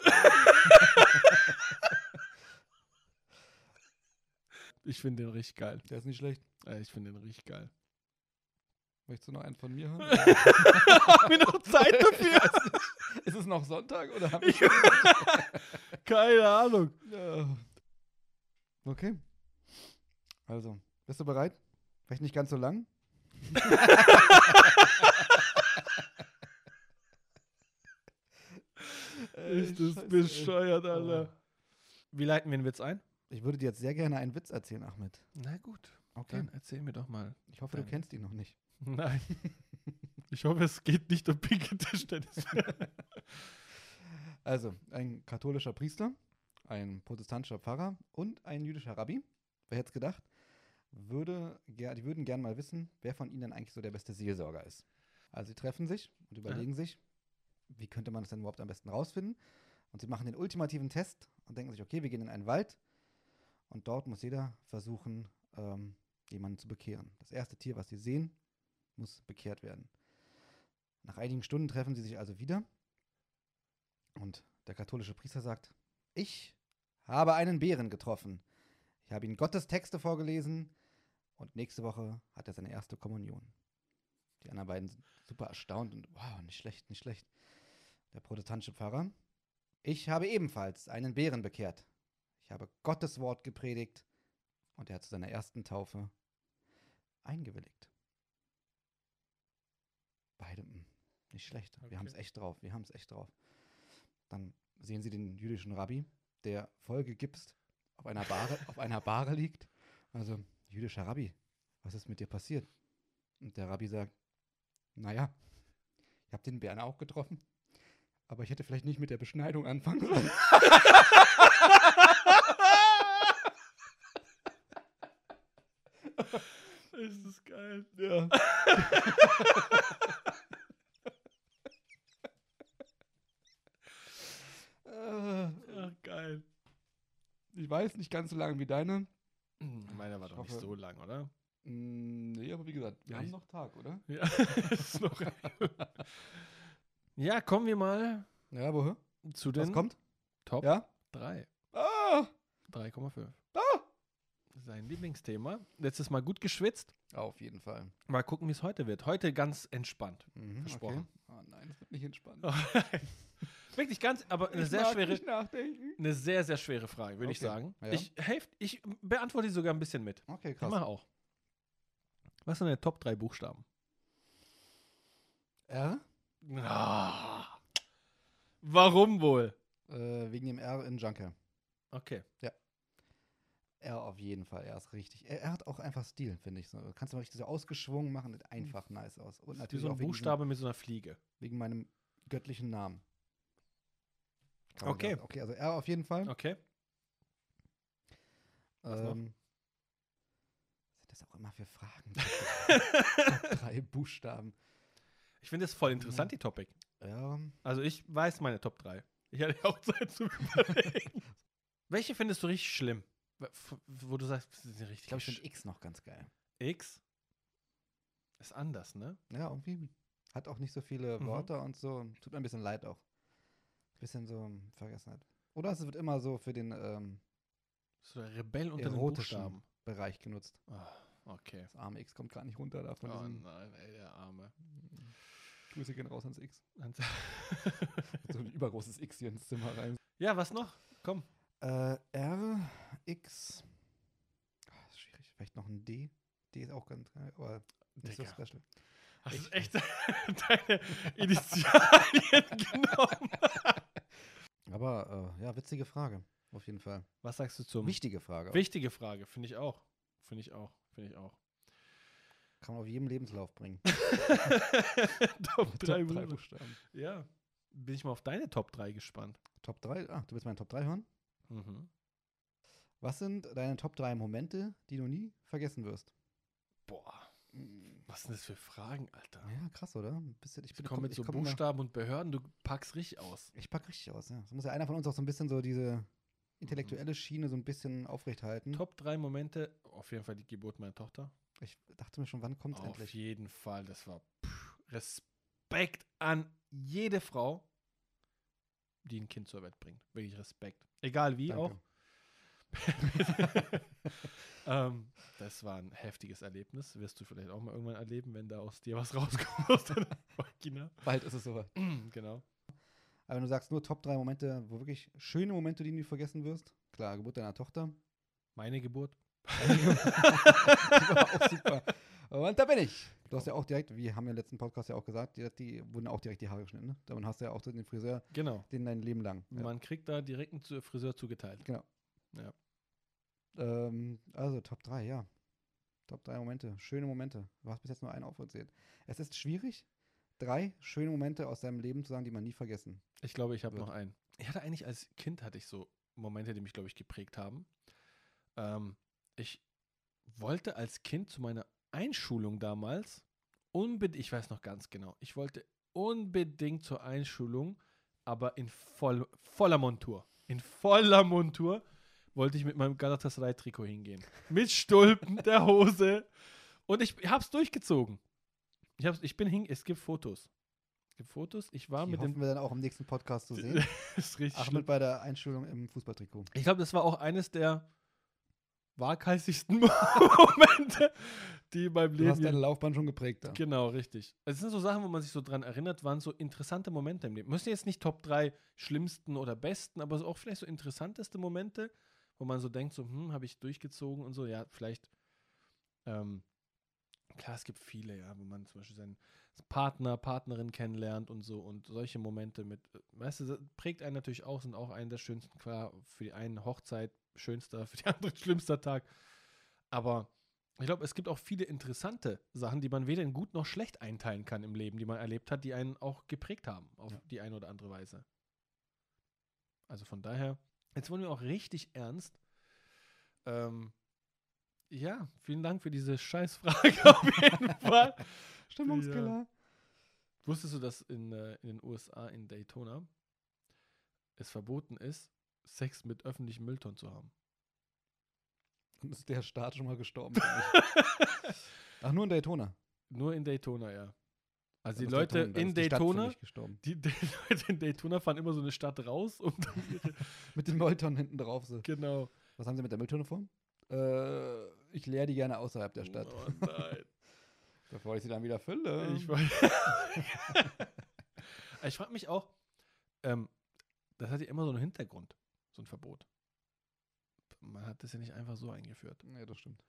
Speaker 2: Ich finde den richtig geil.
Speaker 1: Der ist nicht schlecht.
Speaker 2: Äh, Ich finde den richtig geil.
Speaker 1: Möchtest du noch einen von mir hören?
Speaker 2: Haben wir noch Zeit dafür?
Speaker 1: Ist es noch Sonntag oder haben
Speaker 2: Ich- Keine Ahnung.
Speaker 1: Ja. Okay. Also, bist du bereit? Vielleicht nicht ganz so lang. Ey,
Speaker 2: Ist das
Speaker 1: Scheiße, ey.
Speaker 2: bescheuert, Alter. Wie leiten wir den Witz ein?
Speaker 1: Ich würde dir jetzt sehr gerne einen Witz erzählen, Ahmed.
Speaker 2: Na gut,
Speaker 1: Okay.
Speaker 2: dann erzähl mir doch mal.
Speaker 1: ich hoffe,
Speaker 2: dann-
Speaker 1: du kennst ihn noch nicht.
Speaker 2: Nein. Ich hoffe, es geht nicht um pinke Tischtennis.
Speaker 1: Also, ein katholischer Priester, ein protestantischer Pfarrer und ein jüdischer Rabbi, wer hätte es gedacht, würde, ger- die würden gerne mal wissen, wer von ihnen denn eigentlich so der beste Seelsorger ist. Also sie treffen sich und überlegen sich, wie könnte man das denn überhaupt am besten rausfinden? Und sie machen den ultimativen Test und denken sich, okay, wir gehen in einen Wald und dort muss jeder versuchen, ähm, jemanden zu bekehren. Das erste Tier, was sie sehen, muss bekehrt werden. Nach einigen Stunden treffen sie sich also wieder und der katholische Priester sagt, ich habe einen Bären getroffen. Ich habe ihm Gottes Texte vorgelesen und nächste Woche hat er seine erste Kommunion. Die anderen beiden sind super erstaunt und wow, nicht schlecht, nicht schlecht. Der protestantische Pfarrer, ich habe ebenfalls einen Bären bekehrt. Ich habe Gottes Wort gepredigt und er hat zu seiner ersten Taufe eingewilligt. Beide, mm, nicht schlecht. Wir
Speaker 2: Okay.
Speaker 1: haben es echt drauf, wir haben es echt drauf. Dann sehen sie den jüdischen Rabbi, der voll gegipst auf einer Bahre, auf einer Bahre liegt. Also, jüdischer Rabbi, was ist mit dir passiert? Und der Rabbi sagt, naja, ich habe den Bären auch getroffen, aber ich hätte vielleicht nicht mit der Beschneidung anfangen sollen.
Speaker 2: Ist das geil.
Speaker 1: Ja. Äh,
Speaker 2: Ach, geil.
Speaker 1: ich weiß nicht ganz so lange wie deine.
Speaker 2: Meiner war
Speaker 1: Ich
Speaker 2: doch nicht
Speaker 1: hoffe-
Speaker 2: so lang, oder?
Speaker 1: Mm, Nee, aber wie gesagt, wir
Speaker 2: Ja,
Speaker 1: haben
Speaker 2: ich-
Speaker 1: noch Tag, oder?
Speaker 2: Ja, ist noch. ja, kommen wir mal
Speaker 1: Ja, woher?
Speaker 2: zu den
Speaker 1: Was kommt?
Speaker 2: Top
Speaker 1: Ja?
Speaker 2: 3.
Speaker 1: Ah!
Speaker 2: 3,5. Sein Lieblingsthema. Letztes Mal gut geschwitzt.
Speaker 1: Auf jeden Fall.
Speaker 2: Mal gucken, wie es heute wird. Heute ganz entspannt.
Speaker 1: Mhm,
Speaker 2: Versprochen.
Speaker 1: Okay. Oh nein, das wird nicht entspannt.
Speaker 2: Wirklich ganz, aber eine
Speaker 1: Ich
Speaker 2: sehr
Speaker 1: mag
Speaker 2: schwere,
Speaker 1: nicht nachdenken.
Speaker 2: eine sehr, sehr schwere Frage, würde ich
Speaker 1: Okay.
Speaker 2: sagen.
Speaker 1: Ja.
Speaker 2: Ich, helf, ich beantworte die sogar ein bisschen mit.
Speaker 1: Okay,
Speaker 2: Ich
Speaker 1: krass.
Speaker 2: mache auch. Was sind deine Top 3 Buchstaben?
Speaker 1: R?
Speaker 2: Ah. Warum wohl?
Speaker 1: Äh, wegen dem R in Junker.
Speaker 2: Okay.
Speaker 1: R auf jeden Fall, er ist richtig. Er, er hat auch einfach Stil, finde ich. So, kannst du mal richtig so ausgeschwungen machen, sieht einfach nice aus. Und
Speaker 2: Wie
Speaker 1: natürlich
Speaker 2: so
Speaker 1: auch wegen
Speaker 2: ein
Speaker 1: diesem-
Speaker 2: Buchstabe mit so einer Fliege.
Speaker 1: Wegen meinem göttlichen Namen. Kann man
Speaker 2: Okay.
Speaker 1: sagen. Okay, also R auf jeden Fall.
Speaker 2: Okay. was noch?
Speaker 1: Ähm, sind das auch immer für Fragen? Top drei Buchstaben. Ähm,
Speaker 2: Ich finde es voll
Speaker 1: Mhm.
Speaker 2: interessant, die Topic.
Speaker 1: Ja,
Speaker 2: Also ich weiß meine Top 3. Ich hatte auch Zeit zu überlegen. Welche findest du richtig schlimm? W- f- Wo du sagst, das ist eine
Speaker 1: ich glaube,
Speaker 2: richtig
Speaker 1: ich finde X noch ganz geil.
Speaker 2: sch- X ist anders, ne?
Speaker 1: Ja, irgendwie hat auch nicht so viele
Speaker 2: Mhm.
Speaker 1: Wörter und so. Tut mir ein bisschen leid auch. Bisschen so ähm, vergessen hat. Oder es wird immer so für den ähm,
Speaker 2: So der Rebell unter
Speaker 1: Erotischen.
Speaker 2: den Buchstaben.
Speaker 1: Bereich genutzt.
Speaker 2: Ah, okay.
Speaker 1: Das arme X kommt gar nicht runter da von
Speaker 2: oh
Speaker 1: diesem.
Speaker 2: nein, ey, der Arme.
Speaker 1: Grüße gehen raus ans X. So ein übergroßes X hier ins Zimmer rein.
Speaker 2: ja, was noch? Komm.
Speaker 1: Äh, R, X. Ah, ist schwierig. Vielleicht noch ein D. D ist auch ganz geil, aber nicht so
Speaker 2: Digga.
Speaker 1: special.
Speaker 2: Hast
Speaker 1: Ich
Speaker 2: du echt deine Initialien genommen?
Speaker 1: Aber äh, ja, witzige Frage. Auf jeden Fall.
Speaker 2: Was sagst du zum
Speaker 1: Wichtige Frage. auch.
Speaker 2: Wichtige Frage, finde ich auch. Finde ich auch. Finde ich auch.
Speaker 1: Kann man auf jedem Lebenslauf bringen.
Speaker 2: Top
Speaker 1: Top
Speaker 2: 3
Speaker 1: drei
Speaker 2: Buchstaben.
Speaker 1: Buchstaben.
Speaker 2: Ja. Bin ich mal auf deine Top 3 gespannt.
Speaker 1: Top 3. Ah, du willst meinen Top 3 hören?
Speaker 2: Mhm.
Speaker 1: Was sind deine Top 3 Momente, die du nie vergessen wirst?
Speaker 2: Boah, was sind das für Fragen, Alter?
Speaker 1: Ja, krass, oder? Ein bisschen- ich
Speaker 2: Mm. Ich
Speaker 1: bin
Speaker 2: komme mit
Speaker 1: ich
Speaker 2: so
Speaker 1: komm immer-
Speaker 2: Buchstaben und Behörden, du packst richtig aus.
Speaker 1: Ich pack richtig aus, ja. Das muss ja einer von uns auch so ein bisschen so diese intellektuelle Schiene so ein bisschen aufrechthalten.
Speaker 2: Top 3 Momente, auf jeden Fall die Geburt meiner Tochter.
Speaker 1: Ich dachte mir schon, wann kommt's
Speaker 2: Auf
Speaker 1: endlich?
Speaker 2: jeden Fall, das war pff, Respekt an jede Frau, die ein Kind zur Welt bringt. Wirklich Respekt. Egal wie
Speaker 1: Danke.
Speaker 2: auch. ähm, das war ein heftiges Erlebnis. Wirst du vielleicht auch mal irgendwann erleben, wenn da aus dir was rauskommt aus deiner Vagina.
Speaker 1: Bald ist es soweit.
Speaker 2: genau.
Speaker 1: Aber wenn du sagst, nur Top 3 Momente, wo wirklich schöne Momente, die du nie vergessen wirst. Klar, Geburt deiner Tochter.
Speaker 2: Meine Geburt.
Speaker 1: Die war auch super. Und da bin ich. Du hast ja auch direkt, wir haben ja im letzten Podcast ja auch gesagt, die, die wurden auch direkt die Haare geschnitten. Ne? Dann hast du ja auch so den Friseur,
Speaker 2: Genau.
Speaker 1: den dein Leben lang. Ja.
Speaker 2: Man kriegt da direkt einen Zu- Friseur zugeteilt.
Speaker 1: Ähm, also Top 3, ja. Top 3 Momente, schöne Momente. Du hast bis jetzt nur einen aufgezählt. Es ist schwierig, drei schöne Momente aus deinem Leben zu sagen, die man nie vergessen.
Speaker 2: Ich glaube, ich habe
Speaker 1: Wird.
Speaker 2: noch einen. Ich hatte eigentlich als Kind hatte ich so Momente, die mich, glaube ich, geprägt haben. Ähm, ich wollte als Kind zu meiner Einschulung damals unbedingt, ich weiß noch ganz genau, ich wollte unbedingt zur Einschulung, aber in voll, voller Montur. In voller Montur wollte ich mit meinem Galatasaray-Trikot hingehen. Mit Stulpen der Hose. Und ich hab's durchgezogen. Ich, hab's, ich bin hing, es gibt Fotos. Es gibt Fotos. Ich war
Speaker 1: Die
Speaker 2: mit dem
Speaker 1: hoffen wir dann auch im nächsten Podcast zu sehen.
Speaker 2: das ist richtig
Speaker 1: Achmed
Speaker 2: schlimm.
Speaker 1: bei der Einschulung im Fußballtrikot.
Speaker 2: Ich glaube, das war auch eines der waghalsigsten Momente, die in meinem
Speaker 1: Du hast deine
Speaker 2: Leben.
Speaker 1: Laufbahn schon geprägt. Da.
Speaker 2: Genau, richtig. Also Es sind so Sachen, wo man sich so dran erinnert, waren so interessante Momente im Leben. Müssen jetzt nicht Top 3 schlimmsten oder besten, aber so auch vielleicht so interessanteste Momente, wo man so denkt, so, hm, habe ich durchgezogen und so, ja, vielleicht. Ähm, klar, es gibt viele, ja, wo man zum Beispiel seinen, Partner, Partnerin kennenlernt und so und solche Momente mit, weißt du, das prägt einen natürlich auch, sind auch einen der schönsten, klar, für die einen Hochzeit schönster, für die anderen schlimmster Tag. Aber ich glaube, es gibt auch viele interessante Sachen, die man weder in gut noch schlecht einteilen kann im Leben, die man erlebt hat, die einen auch geprägt haben, auf
Speaker 1: Ja.
Speaker 2: die eine oder andere Weise. Also von daher, jetzt wurden wir auch richtig ernst. Ähm, ja, vielen Dank für diese Scheißfrage auf jeden Fall.
Speaker 1: Stimmungskiller.
Speaker 2: Wusstest du, dass in, äh, in den USA, in Daytona, es verboten ist, Sex mit öffentlichen Mülltonnen zu haben?
Speaker 1: Dann ist der Staat schon mal gestorben. glaub ich. Ach, nur in Daytona.
Speaker 2: Nur in Daytona, ja.
Speaker 1: Dann
Speaker 2: Also die
Speaker 1: ist
Speaker 2: Leute
Speaker 1: Daytona- dann
Speaker 2: in
Speaker 1: ist die Stadt für
Speaker 2: Daytona,
Speaker 1: mich gestorben.
Speaker 2: die, die Leute in Daytona fahren immer so eine Stadt raus und
Speaker 1: Mit den Mülltonnen hinten drauf. So.
Speaker 2: genau.
Speaker 1: Was haben sie mit der Mülltonne vor? Äh, ich leere die gerne außerhalb der Stadt, Ähm.
Speaker 2: Oh nein.
Speaker 1: bevor ich sie dann wieder fülle.
Speaker 2: Ich, weiß- ich frage mich auch, ähm, das hat ja immer so einen Hintergrund, so ein Verbot. Man hat das ja nicht einfach so eingeführt.
Speaker 1: ja, das stimmt.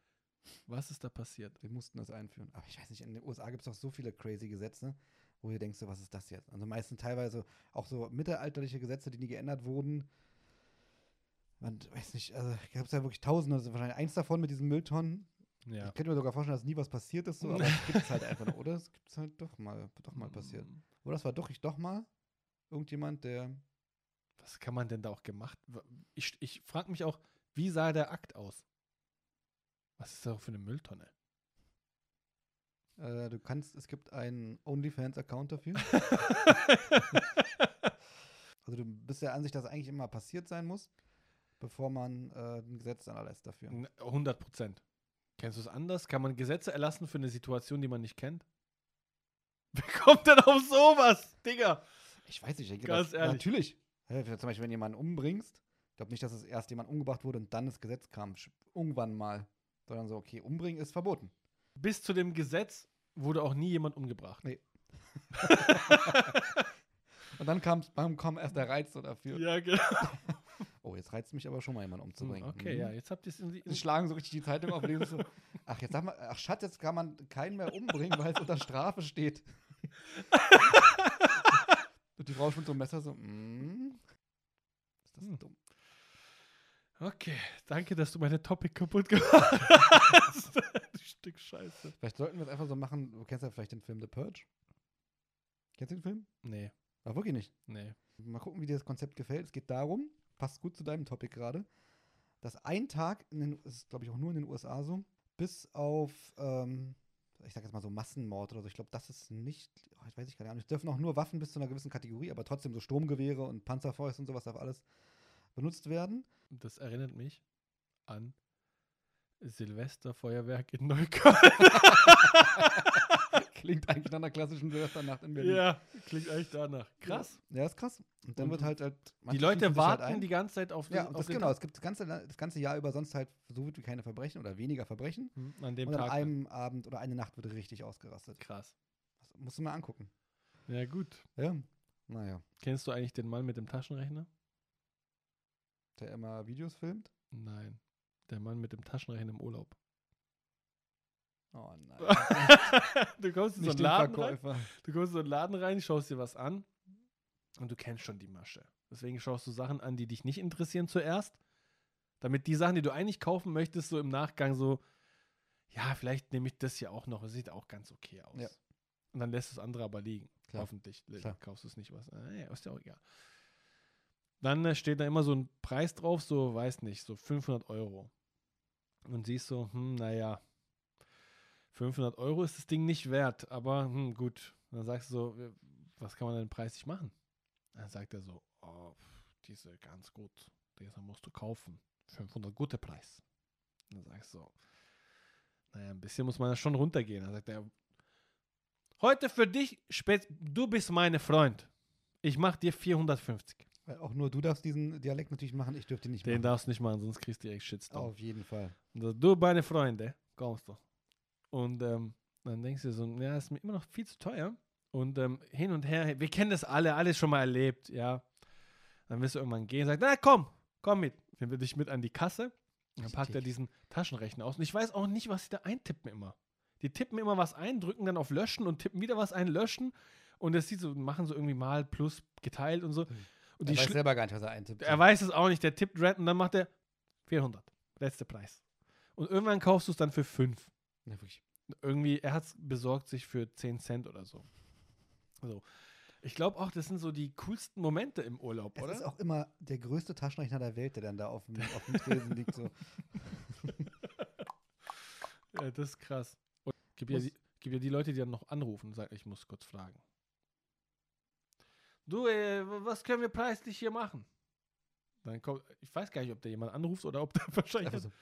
Speaker 2: Was ist da passiert?
Speaker 1: Wir mussten das einführen. Aber ich weiß nicht, in den USA gibt es auch so viele crazy Gesetze, wo du denkst, so, was ist das jetzt? Also meistens teilweise auch so mittelalterliche Gesetze, die nie geändert wurden. Man weiß nicht, also gab es ja wirklich tausende, also wahrscheinlich eins davon mit diesen Mülltonnen.
Speaker 2: Ja.
Speaker 1: Ich könnte mir sogar vorstellen, dass nie was passiert ist, so, aber es gibt es halt einfach noch, oder? Es gibt es halt doch mal, doch
Speaker 2: Mm.
Speaker 1: mal passiert.
Speaker 2: Hm.
Speaker 1: Oder es war doch ich doch mal irgendjemand, der
Speaker 2: Was kann man denn da auch gemacht? Ich, ich frage mich auch, wie sah der Akt aus? Was ist da für eine Mülltonne?
Speaker 1: Äh, du kannst, es gibt einen OnlyFans-Account dafür. also du bist der Ansicht, dass eigentlich immer passiert sein muss, bevor man äh, ein Gesetz erlässt dafür.
Speaker 2: N- 100 Prozent. Kennst du es anders? Kann man Gesetze erlassen für eine Situation, die man nicht kennt? Wer kommt denn auf sowas, Digga?
Speaker 1: Ich weiß nicht, ich denke,
Speaker 2: Ganz
Speaker 1: das-
Speaker 2: ehrlich.
Speaker 1: natürlich. Hä, Zum Beispiel, wenn du jemanden umbringst, ich glaube nicht, dass es erst jemand umgebracht wurde und dann das Gesetz kam, sch- irgendwann mal. Sondern so, okay, umbringen ist verboten.
Speaker 2: Bis zu dem Gesetz wurde auch nie jemand umgebracht.
Speaker 1: Nee. Und dann kam, dann kam erst der Reiz so dafür.
Speaker 2: Ja, genau.
Speaker 1: Oh, jetzt reizt mich aber schon mal jemanden umzubringen.
Speaker 2: Hm, Okay,
Speaker 1: Mhm.
Speaker 2: ja, jetzt habt ihr es in die.
Speaker 1: Sie schlagen so richtig die Zeitung auf und lesen so, ach, jetzt sag mal, ach Schatz, jetzt kann man keinen mehr umbringen, weil es unter Strafe steht. und die Frau schon so ein Messer so, mm, ist das
Speaker 2: Hm.
Speaker 1: dumm.
Speaker 2: Okay, danke, dass du meine Topic kaputt gemacht hast. du Stück Scheiße.
Speaker 1: Vielleicht sollten wir es einfach so machen, du kennst ja vielleicht den Film The Purge. Kennst du den Film?
Speaker 2: Nee,
Speaker 1: Ach, wirklich nicht.
Speaker 2: nee.
Speaker 1: Mal gucken, wie dir das Konzept gefällt. Es geht darum, passt gut zu deinem Topic gerade, dass ein Tag, in den, das ist glaube ich auch nur in den USA so, bis auf, ähm, ich sag jetzt mal so Massenmord oder so, ich glaube, das ist nicht, oh, ich weiß ich gar nicht, es dürfen auch nur Waffen bis zu einer gewissen Kategorie, aber trotzdem so Sturmgewehre und Panzerfäuste und sowas darf alles benutzt werden.
Speaker 2: Das erinnert mich an Silvesterfeuerwerk in Neukölln.
Speaker 1: Klingt eigentlich nach einer klassischen Silvesternacht in Berlin.
Speaker 2: ja, klingt eigentlich danach. Krass.
Speaker 1: Ja, ist krass. Und dann
Speaker 2: Und
Speaker 1: wird halt, halt
Speaker 2: Die
Speaker 1: manche schießen
Speaker 2: Leute
Speaker 1: sich halt
Speaker 2: warten
Speaker 1: ein.
Speaker 2: die ganze Zeit auf,
Speaker 1: Ja,
Speaker 2: den-
Speaker 1: und
Speaker 2: auf
Speaker 1: das
Speaker 2: den
Speaker 1: genau.
Speaker 2: Tag.
Speaker 1: Es gibt das ganze, das ganze Jahr über sonst halt so gut wie keine Verbrechen oder weniger Verbrechen.
Speaker 2: Hm, An dem
Speaker 1: und an
Speaker 2: Tag.
Speaker 1: einem Abend oder eine Nacht wird richtig ausgerastet.
Speaker 2: Krass.
Speaker 1: Das musst du mal angucken.
Speaker 2: Ja, gut.
Speaker 1: Ja. Naja.
Speaker 2: Kennst du eigentlich den Mann mit dem Taschenrechner?
Speaker 1: Der immer Videos filmt.
Speaker 2: Nein. Der Mann mit dem Taschenrechner im Urlaub.
Speaker 1: Oh nein.
Speaker 2: du kommst in so
Speaker 1: Nicht
Speaker 2: einen
Speaker 1: den
Speaker 2: Laden rein,
Speaker 1: Verkäufer.
Speaker 2: du kommst in so einen Laden rein, schaust dir was an und du kennst schon die Masche. Deswegen schaust du Sachen an, die dich nicht interessieren zuerst, damit die Sachen, die du eigentlich kaufen möchtest, so im Nachgang so, ja, vielleicht nehme ich das hier auch noch, es sieht auch ganz okay aus.
Speaker 1: Ja.
Speaker 2: Und dann lässt du das andere aber liegen.
Speaker 1: Klar.
Speaker 2: Hoffentlich li-
Speaker 1: Klar.
Speaker 2: kaufst du es nicht was. Naja, ist ja auch egal. Dann äh, steht da immer so ein Preis drauf, so, weiß nicht, so 500 Euro. Und siehst so, hm, naja, 500 Euro ist das Ding nicht wert, aber hm, gut. Und dann sagst du so, w- was kann man denn preislich machen? Dann sagt er so, oh, pf, diese ganz gut, diese musst du kaufen. 500 guter Preis. Und dann sagst du so, naja, ein bisschen muss man ja schon runtergehen. Dann sagt er, heute für dich, spät, du bist meine Freund. Ich mach dir 450.
Speaker 1: Weil auch nur du darfst diesen Dialekt natürlich machen. Ich dürfte ihn nicht
Speaker 2: Den
Speaker 1: machen.
Speaker 2: darfst du nicht machen, sonst kriegst du direkt Shitstorm.
Speaker 1: Auf jeden Fall.
Speaker 2: Und so, Du, meine Freunde, kommst du. Und ähm, dann denkst du dir so, ja, ist mir immer noch viel zu teuer. Und ähm, hin und her, wir kennen das alle, alles schon mal erlebt, ja. Dann wirst du irgendwann gehen und sagst, na komm, komm mit. Dann will dich mit an die Kasse. Dann packt er
Speaker 1: Richtig.
Speaker 2: diesen Taschenrechner aus. Und ich weiß auch nicht, was sie da eintippen immer. Die tippen immer was ein, drücken dann auf Löschen und tippen wieder was ein, löschen. Und das sieht so, machen so irgendwie mal plus geteilt und so. Und die
Speaker 1: Hm. er weiß
Speaker 2: schli-
Speaker 1: selber gar nicht, was er eintippt.
Speaker 2: er weiß es auch nicht, der tippt Red und dann macht er 400. Letzter Preis. Und irgendwann kaufst du es dann für 5.
Speaker 1: Ja, wirklich.
Speaker 2: Irgendwie, er hat es besorgt sich für 10 Cent oder so. So. Ich glaube auch, das sind so die coolsten Momente im Urlaub,
Speaker 1: Es
Speaker 2: oder?
Speaker 1: ist auch immer der größte Taschenrechner der Welt, der dann da auf dem, auf dem Tresen liegt. So.
Speaker 2: Ja, das ist krass. Und gibt, ja
Speaker 1: Muss-
Speaker 2: die, gibt ja die Leute, die dann noch anrufen und sagen, ich muss kurz fragen. Du, äh, w- was können wir preislich hier machen? Dann kommt, ich weiß gar nicht, ob der jemand anruft oder ob der wahrscheinlich.
Speaker 1: Einfach so.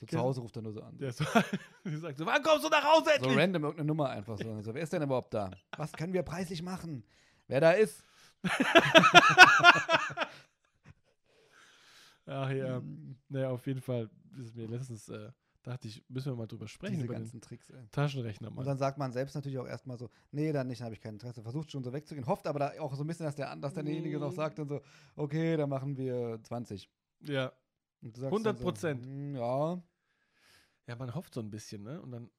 Speaker 1: so zu Hause ruft er nur so an.
Speaker 2: Der so, die sagt so, wann kommst du nach Hause
Speaker 1: So
Speaker 2: endlich?
Speaker 1: random irgendeine Nummer einfach so. so. Wer ist denn überhaupt da? Was können wir preislich machen? Wer da ist?
Speaker 2: Ach ja,
Speaker 1: Hm,
Speaker 2: naja, auf jeden Fall ist mir letztens, äh, dachte ich, müssen wir mal drüber sprechen,
Speaker 1: Diese
Speaker 2: über den
Speaker 1: ganzen Tricks, ey.
Speaker 2: Taschenrechner
Speaker 1: Und
Speaker 2: mal.
Speaker 1: dann sagt man selbst natürlich auch erstmal so, nee, dann nicht, dann habe ich kein Interesse. Versucht schon so wegzugehen, hofft aber da auch so ein bisschen, dass, der, an- dass derjenige noch
Speaker 2: Mm.
Speaker 1: sagt und so, okay, dann machen wir 20.
Speaker 2: ja.
Speaker 1: Und du sagst dann
Speaker 2: 100%.
Speaker 1: So, "Hm, ja,
Speaker 2: ja, man hofft so ein bisschen, ne? Und dann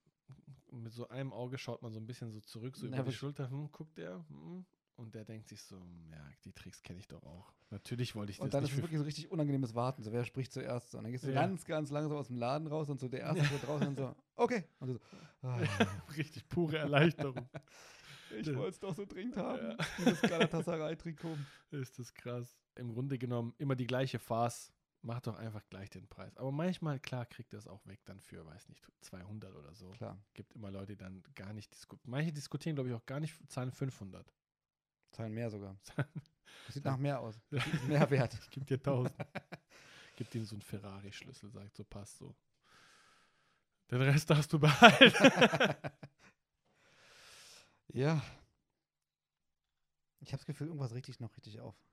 Speaker 2: mit so einem Auge schaut man so ein bisschen so zurück, so
Speaker 1: Na,
Speaker 2: über die
Speaker 1: aber-
Speaker 2: Schulter, hm, guckt er, hm, und der denkt sich so, hm, ja, die Tricks kenne ich doch auch. Natürlich wollte ich das
Speaker 1: Und dann ist
Speaker 2: nicht
Speaker 1: es
Speaker 2: für-
Speaker 1: wirklich so richtig unangenehmes Warten. So, wer spricht zuerst? So, und dann gehst du
Speaker 2: Ja.
Speaker 1: ganz, ganz langsam aus dem Laden raus und so der Erste so draußen und so, okay. Und du so, ah,
Speaker 2: richtig pure Erleichterung.
Speaker 1: ich
Speaker 2: Ja.
Speaker 1: wollte es doch so dringend haben.
Speaker 2: Ja.
Speaker 1: Dieses Galatasaray-Trikot.
Speaker 2: ist das krass. Im Grunde genommen immer die gleiche Farce. Mach doch einfach gleich den Preis. Aber manchmal, klar, kriegt er es auch weg dann für, weiß nicht, 200 oder so.
Speaker 1: Klar,
Speaker 2: Gibt immer Leute, die dann gar nicht diskutieren. Manche diskutieren, glaube ich, auch gar nicht, zahlen 500.
Speaker 1: zahlen mehr sogar.
Speaker 2: Zahlen-
Speaker 1: Das sieht nach mehr aus.
Speaker 2: Ja.
Speaker 1: Das ist mehr wert.
Speaker 2: Ich gebe dir 1000. Gib ihm so einen Ferrari-Schlüssel, sagt so, passt so. Den Rest darfst du behalten.
Speaker 1: Ja. Ich habe das Gefühl, irgendwas regt dich noch richtig auf.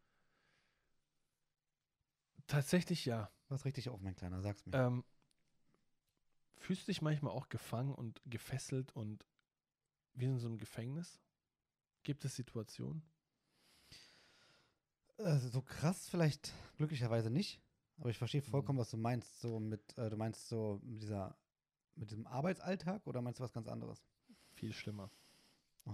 Speaker 2: Tatsächlich ja.
Speaker 1: Was regt dich auf, mein Kleiner? Sag's mir.
Speaker 2: Ähm, fühlst du dich manchmal auch gefangen und gefesselt und wie in so einem Gefängnis? Gibt es Situationen?
Speaker 1: Also so krass vielleicht glücklicherweise nicht, aber ich verstehe vollkommen, was du meinst. So mit, äh, du meinst so mit dieser, mit diesem Arbeitsalltag oder meinst du was ganz anderes?
Speaker 2: Viel schlimmer.
Speaker 1: Oh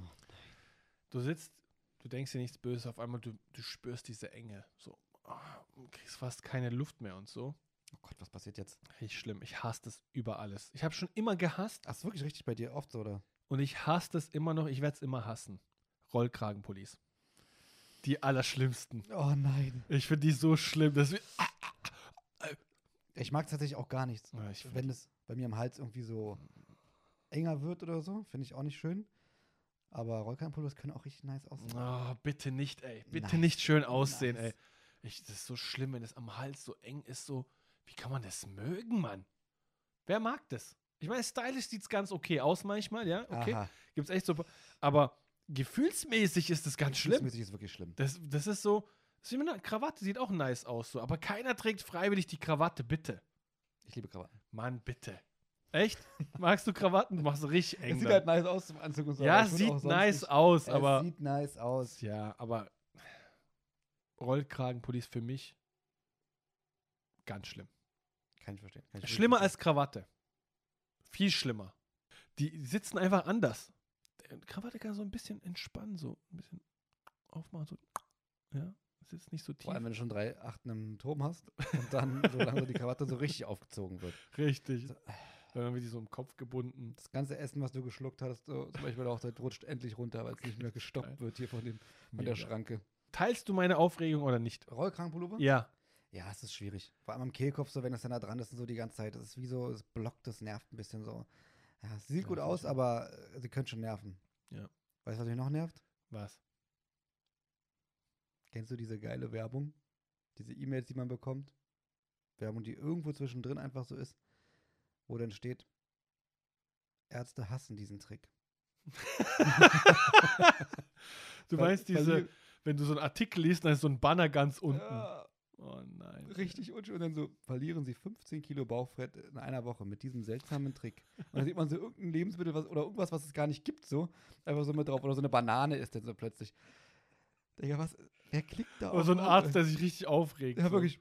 Speaker 2: Du sitzt, du denkst dir nichts Böses, auf einmal du, du spürst diese Enge. So, ah, du kriegst fast keine Luft mehr und so.
Speaker 1: Oh Gott, was passiert jetzt?
Speaker 2: Richtig schlimm. Ich hasse das über alles. Ich habe schon immer gehasst,
Speaker 1: Ach, ist wirklich richtig bei dir oft so, oder?
Speaker 2: Und ich hasse das immer noch, ich werde es immer hassen. Rollkragenpullis. Die allerschlimmsten.
Speaker 1: Oh nein.
Speaker 2: Ich finde die so schlimm, dass wir.
Speaker 1: Ich mag tatsächlich auch gar nichts.
Speaker 2: Ja, Ah, ich find-
Speaker 1: Wenn es bei mir am Hals irgendwie so enger wird oder so, finde ich auch nicht schön. Aber Rollkragenpullis können auch richtig nice aussehen.
Speaker 2: Oh, bitte nicht, ey. Bitte
Speaker 1: Nice.
Speaker 2: nicht schön aussehen,
Speaker 1: Nice.
Speaker 2: ey. Ich, das ist so schlimm, wenn es am Hals so eng ist, so. Wie kann man das mögen, Mann? Wer mag das? Ich meine, stylisch sieht es ganz okay aus manchmal, ja. Okay.
Speaker 1: Aha.
Speaker 2: Gibt's echt so. Aber gefühlsmäßig ist das ganz schlimm.
Speaker 1: Gefühlsmäßig ist wirklich schlimm.
Speaker 2: Das, das ist so. Das ist wie mit einer Krawatte, sieht auch nice aus, so. Aber keiner trägt freiwillig die Krawatte, bitte.
Speaker 1: Ich liebe Krawatten.
Speaker 2: Mann, bitte. Echt? Magst du Krawatten? Du machst sie richtig eng.
Speaker 1: Es sieht
Speaker 2: dann.
Speaker 1: halt nice aus zum Anzug und so.
Speaker 2: ja,
Speaker 1: aber ich würd auch
Speaker 2: sieht
Speaker 1: sonst
Speaker 2: nice
Speaker 1: nicht-
Speaker 2: aus,
Speaker 1: Es
Speaker 2: aber.
Speaker 1: sieht nice aus.
Speaker 2: ja, aber Rollkragenpullis für mich ganz schlimm.
Speaker 1: Kann ich verstehen. Kann ich wirklich
Speaker 2: Schlimmer
Speaker 1: verstehen.
Speaker 2: als Krawatte. Viel schlimmer. Die sitzen einfach anders. Der Krawatte kann so ein bisschen entspannen, so ein bisschen aufmachen, so. Ja, sitzt nicht so tief.
Speaker 1: Vor allem, wenn du schon drei Achten im Turm hast und dann so langsam die Krawatte so richtig aufgezogen wird.
Speaker 2: Richtig.
Speaker 1: So.
Speaker 2: Dann wird die so im Kopf gebunden.
Speaker 1: Das ganze Essen, was du geschluckt hattest, so, zum Beispiel auch, das rutscht endlich runter, weil es nicht mehr gestoppt wird hier von, dem, von der
Speaker 2: Mega.
Speaker 1: Schranke.
Speaker 2: Teilst du meine Aufregung oder nicht?
Speaker 1: Rollkragenpullover?
Speaker 2: Ja.
Speaker 1: Ja, es ist schwierig. Vor allem am Kehlkopf, so wenn das dann da dran ist und so die ganze Zeit. Das ist wie so, es blockt, das nervt ein bisschen so. Ja, es sieht
Speaker 2: Ja,
Speaker 1: gut
Speaker 2: find
Speaker 1: aus,
Speaker 2: ich auch.
Speaker 1: aber äh, sie können schon nerven.
Speaker 2: Ja.
Speaker 1: Weißt du, was mich noch nervt?
Speaker 2: Was?
Speaker 1: Kennst du diese geile Werbung? Diese E-Mails, die man bekommt? Werbung, die irgendwo zwischendrin einfach so ist, wo dann steht, Ärzte hassen diesen Trick.
Speaker 2: du
Speaker 1: Weil-
Speaker 2: meinst diese,
Speaker 1: weil die-
Speaker 2: wenn du so einen Artikel liest, dann ist so ein Banner ganz unten.
Speaker 1: Ja,
Speaker 2: Oh nein.
Speaker 1: richtig unschön. Und dann so, verlieren sie 15 Kilo Bauchfett in einer Woche mit diesem seltsamen Trick. Und dann sieht man so irgendein Lebensmittel was, oder irgendwas, was es gar nicht gibt, so, einfach so mit drauf. Oder so eine Banane ist dann so plötzlich. Digga, was, wer klickt da
Speaker 2: Oder so ein
Speaker 1: drauf,
Speaker 2: Arzt,
Speaker 1: ey?
Speaker 2: der sich richtig aufregt.
Speaker 1: Ja,
Speaker 2: so.
Speaker 1: wirklich.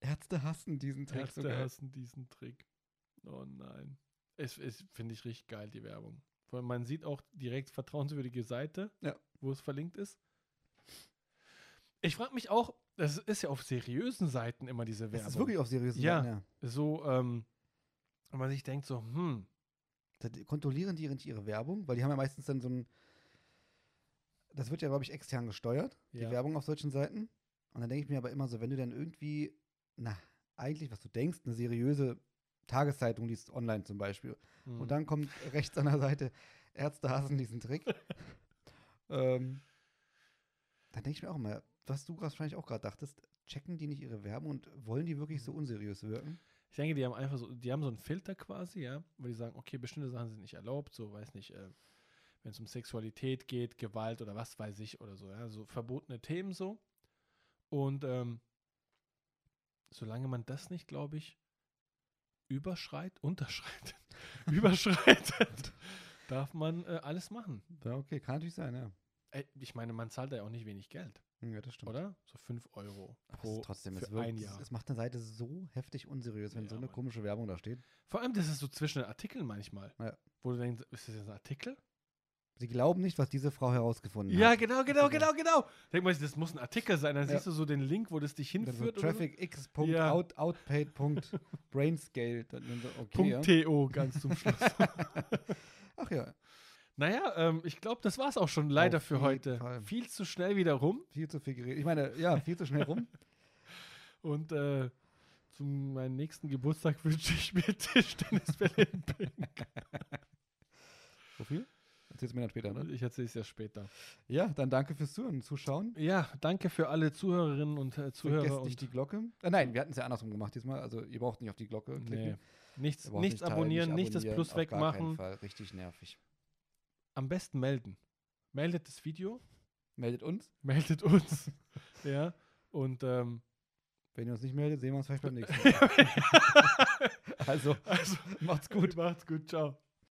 Speaker 1: Ärzte hassen diesen Trick. so
Speaker 2: Ärzte
Speaker 1: geil.
Speaker 2: hassen diesen Trick. Oh nein. Es, es finde ich richtig geil, die Werbung. Vor allem, man sieht auch direkt vertrauenswürdige Seite,
Speaker 1: Ja.
Speaker 2: wo es verlinkt ist. Ich frage mich auch, das ist ja auf seriösen Seiten immer diese
Speaker 1: Es
Speaker 2: Werbung.
Speaker 1: ist wirklich auf seriösen
Speaker 2: Ja.
Speaker 1: Seiten, ja.
Speaker 2: so, ähm, wenn man sich denkt so, hm,
Speaker 1: Da die- kontrollieren die nicht ihre Werbung, weil die haben ja meistens dann so ein. Das wird ja, glaube ich, extern gesteuert,
Speaker 2: Ja.
Speaker 1: die Werbung auf solchen Seiten. Und dann denke ich mir aber immer so, wenn du dann irgendwie, na, eigentlich, was du denkst, eine seriöse Tageszeitung liest, online zum Beispiel.
Speaker 2: hm.
Speaker 1: Und dann kommt rechts an der Seite, Ärzte hassen diesen Trick. ähm, dann denke ich mir auch mal, was du wahrscheinlich auch gerade dachtest, checken die nicht ihre Werbung und wollen die wirklich so unseriös wirken?
Speaker 2: Ich denke, die haben einfach so, die haben so einen Filter quasi, ja, wo die sagen, okay, bestimmte Sachen sind nicht erlaubt, so weiß nicht, äh, wenn es um Sexualität geht, Gewalt oder was weiß ich oder so, ja, so verbotene Themen so. Und ähm, solange man das nicht, glaube ich, überschreitet, unterschreitet, überschreitet, darf man äh, alles machen.
Speaker 1: Ja, okay, kann natürlich sein, ja.
Speaker 2: Ey, ich meine, man zahlt da ja auch nicht wenig Geld,
Speaker 1: Ja, das stimmt.
Speaker 2: oder? So 5 Euro
Speaker 1: Aber es
Speaker 2: pro
Speaker 1: ist trotzdem,
Speaker 2: für
Speaker 1: es, wirkt,
Speaker 2: ein
Speaker 1: es-
Speaker 2: Jahr.
Speaker 1: es macht eine Seite so heftig unseriös, wenn so
Speaker 2: Ja,
Speaker 1: eine
Speaker 2: Mann.
Speaker 1: komische Werbung da steht.
Speaker 2: Vor allem, das ist so zwischen den Artikeln manchmal.
Speaker 1: Ja.
Speaker 2: Wo du denkst, ist das jetzt ein Artikel?
Speaker 1: Sie glauben nicht, was diese Frau herausgefunden
Speaker 2: Ja,
Speaker 1: hat.
Speaker 2: genau, genau,
Speaker 1: genau.
Speaker 2: genau, genau. Denk mal, das muss ein Artikel sein. Dann
Speaker 1: Ja.
Speaker 2: siehst du so den Link, wo das dich
Speaker 1: Dann so
Speaker 2: hinführt. oder so.
Speaker 1: Traffic X. Punkt
Speaker 2: Ja.
Speaker 1: Out, outpaid. Punkt Brainscale. Dann dann so, okay.
Speaker 2: Punkt
Speaker 1: ja.
Speaker 2: TO ganz zum Schluss.
Speaker 1: Ach ja,
Speaker 2: naja, ähm, ich glaube, das war's auch schon leider
Speaker 1: Auf
Speaker 2: für
Speaker 1: jeden
Speaker 2: heute.
Speaker 1: Fall.
Speaker 2: Viel zu schnell wieder rum.
Speaker 1: viel zu viel geredet. Ich meine, ja, viel zu schnell rum.
Speaker 2: Und äh, zu meinem nächsten Geburtstag wünsche ich mir Tischtennisbälle in Pink.
Speaker 1: Wofür? Erzähl's mir dann später, ne?
Speaker 2: Ich erzähle es ja später.
Speaker 1: Ja, dann danke fürs Zuhören, Zuschauen.
Speaker 2: Ja, danke für alle Zuhörerinnen und äh, Zuhörer.
Speaker 1: Vergesst nicht
Speaker 2: Und,
Speaker 1: die Glocke. Äh, nein, wir hatten es ja andersrum gemacht diesmal. Also ihr braucht nicht auf die Glocke
Speaker 2: nee,
Speaker 1: klicken.
Speaker 2: nichts
Speaker 1: Ihr braucht
Speaker 2: nichts
Speaker 1: teilen,
Speaker 2: abonnieren, nicht das
Speaker 1: abonnieren,
Speaker 2: Plus
Speaker 1: auf Gar keinen
Speaker 2: wegmachen.
Speaker 1: Fall. Richtig nervig.
Speaker 2: Am besten melden. Meldet das Video.
Speaker 1: Meldet uns.
Speaker 2: meldet uns. ja. Und ähm,
Speaker 1: Wenn ihr uns nicht meldet, sehen wir uns vielleicht beim nächsten Mal.
Speaker 2: also,
Speaker 1: Also, macht's gut.
Speaker 2: macht's gut, ciao.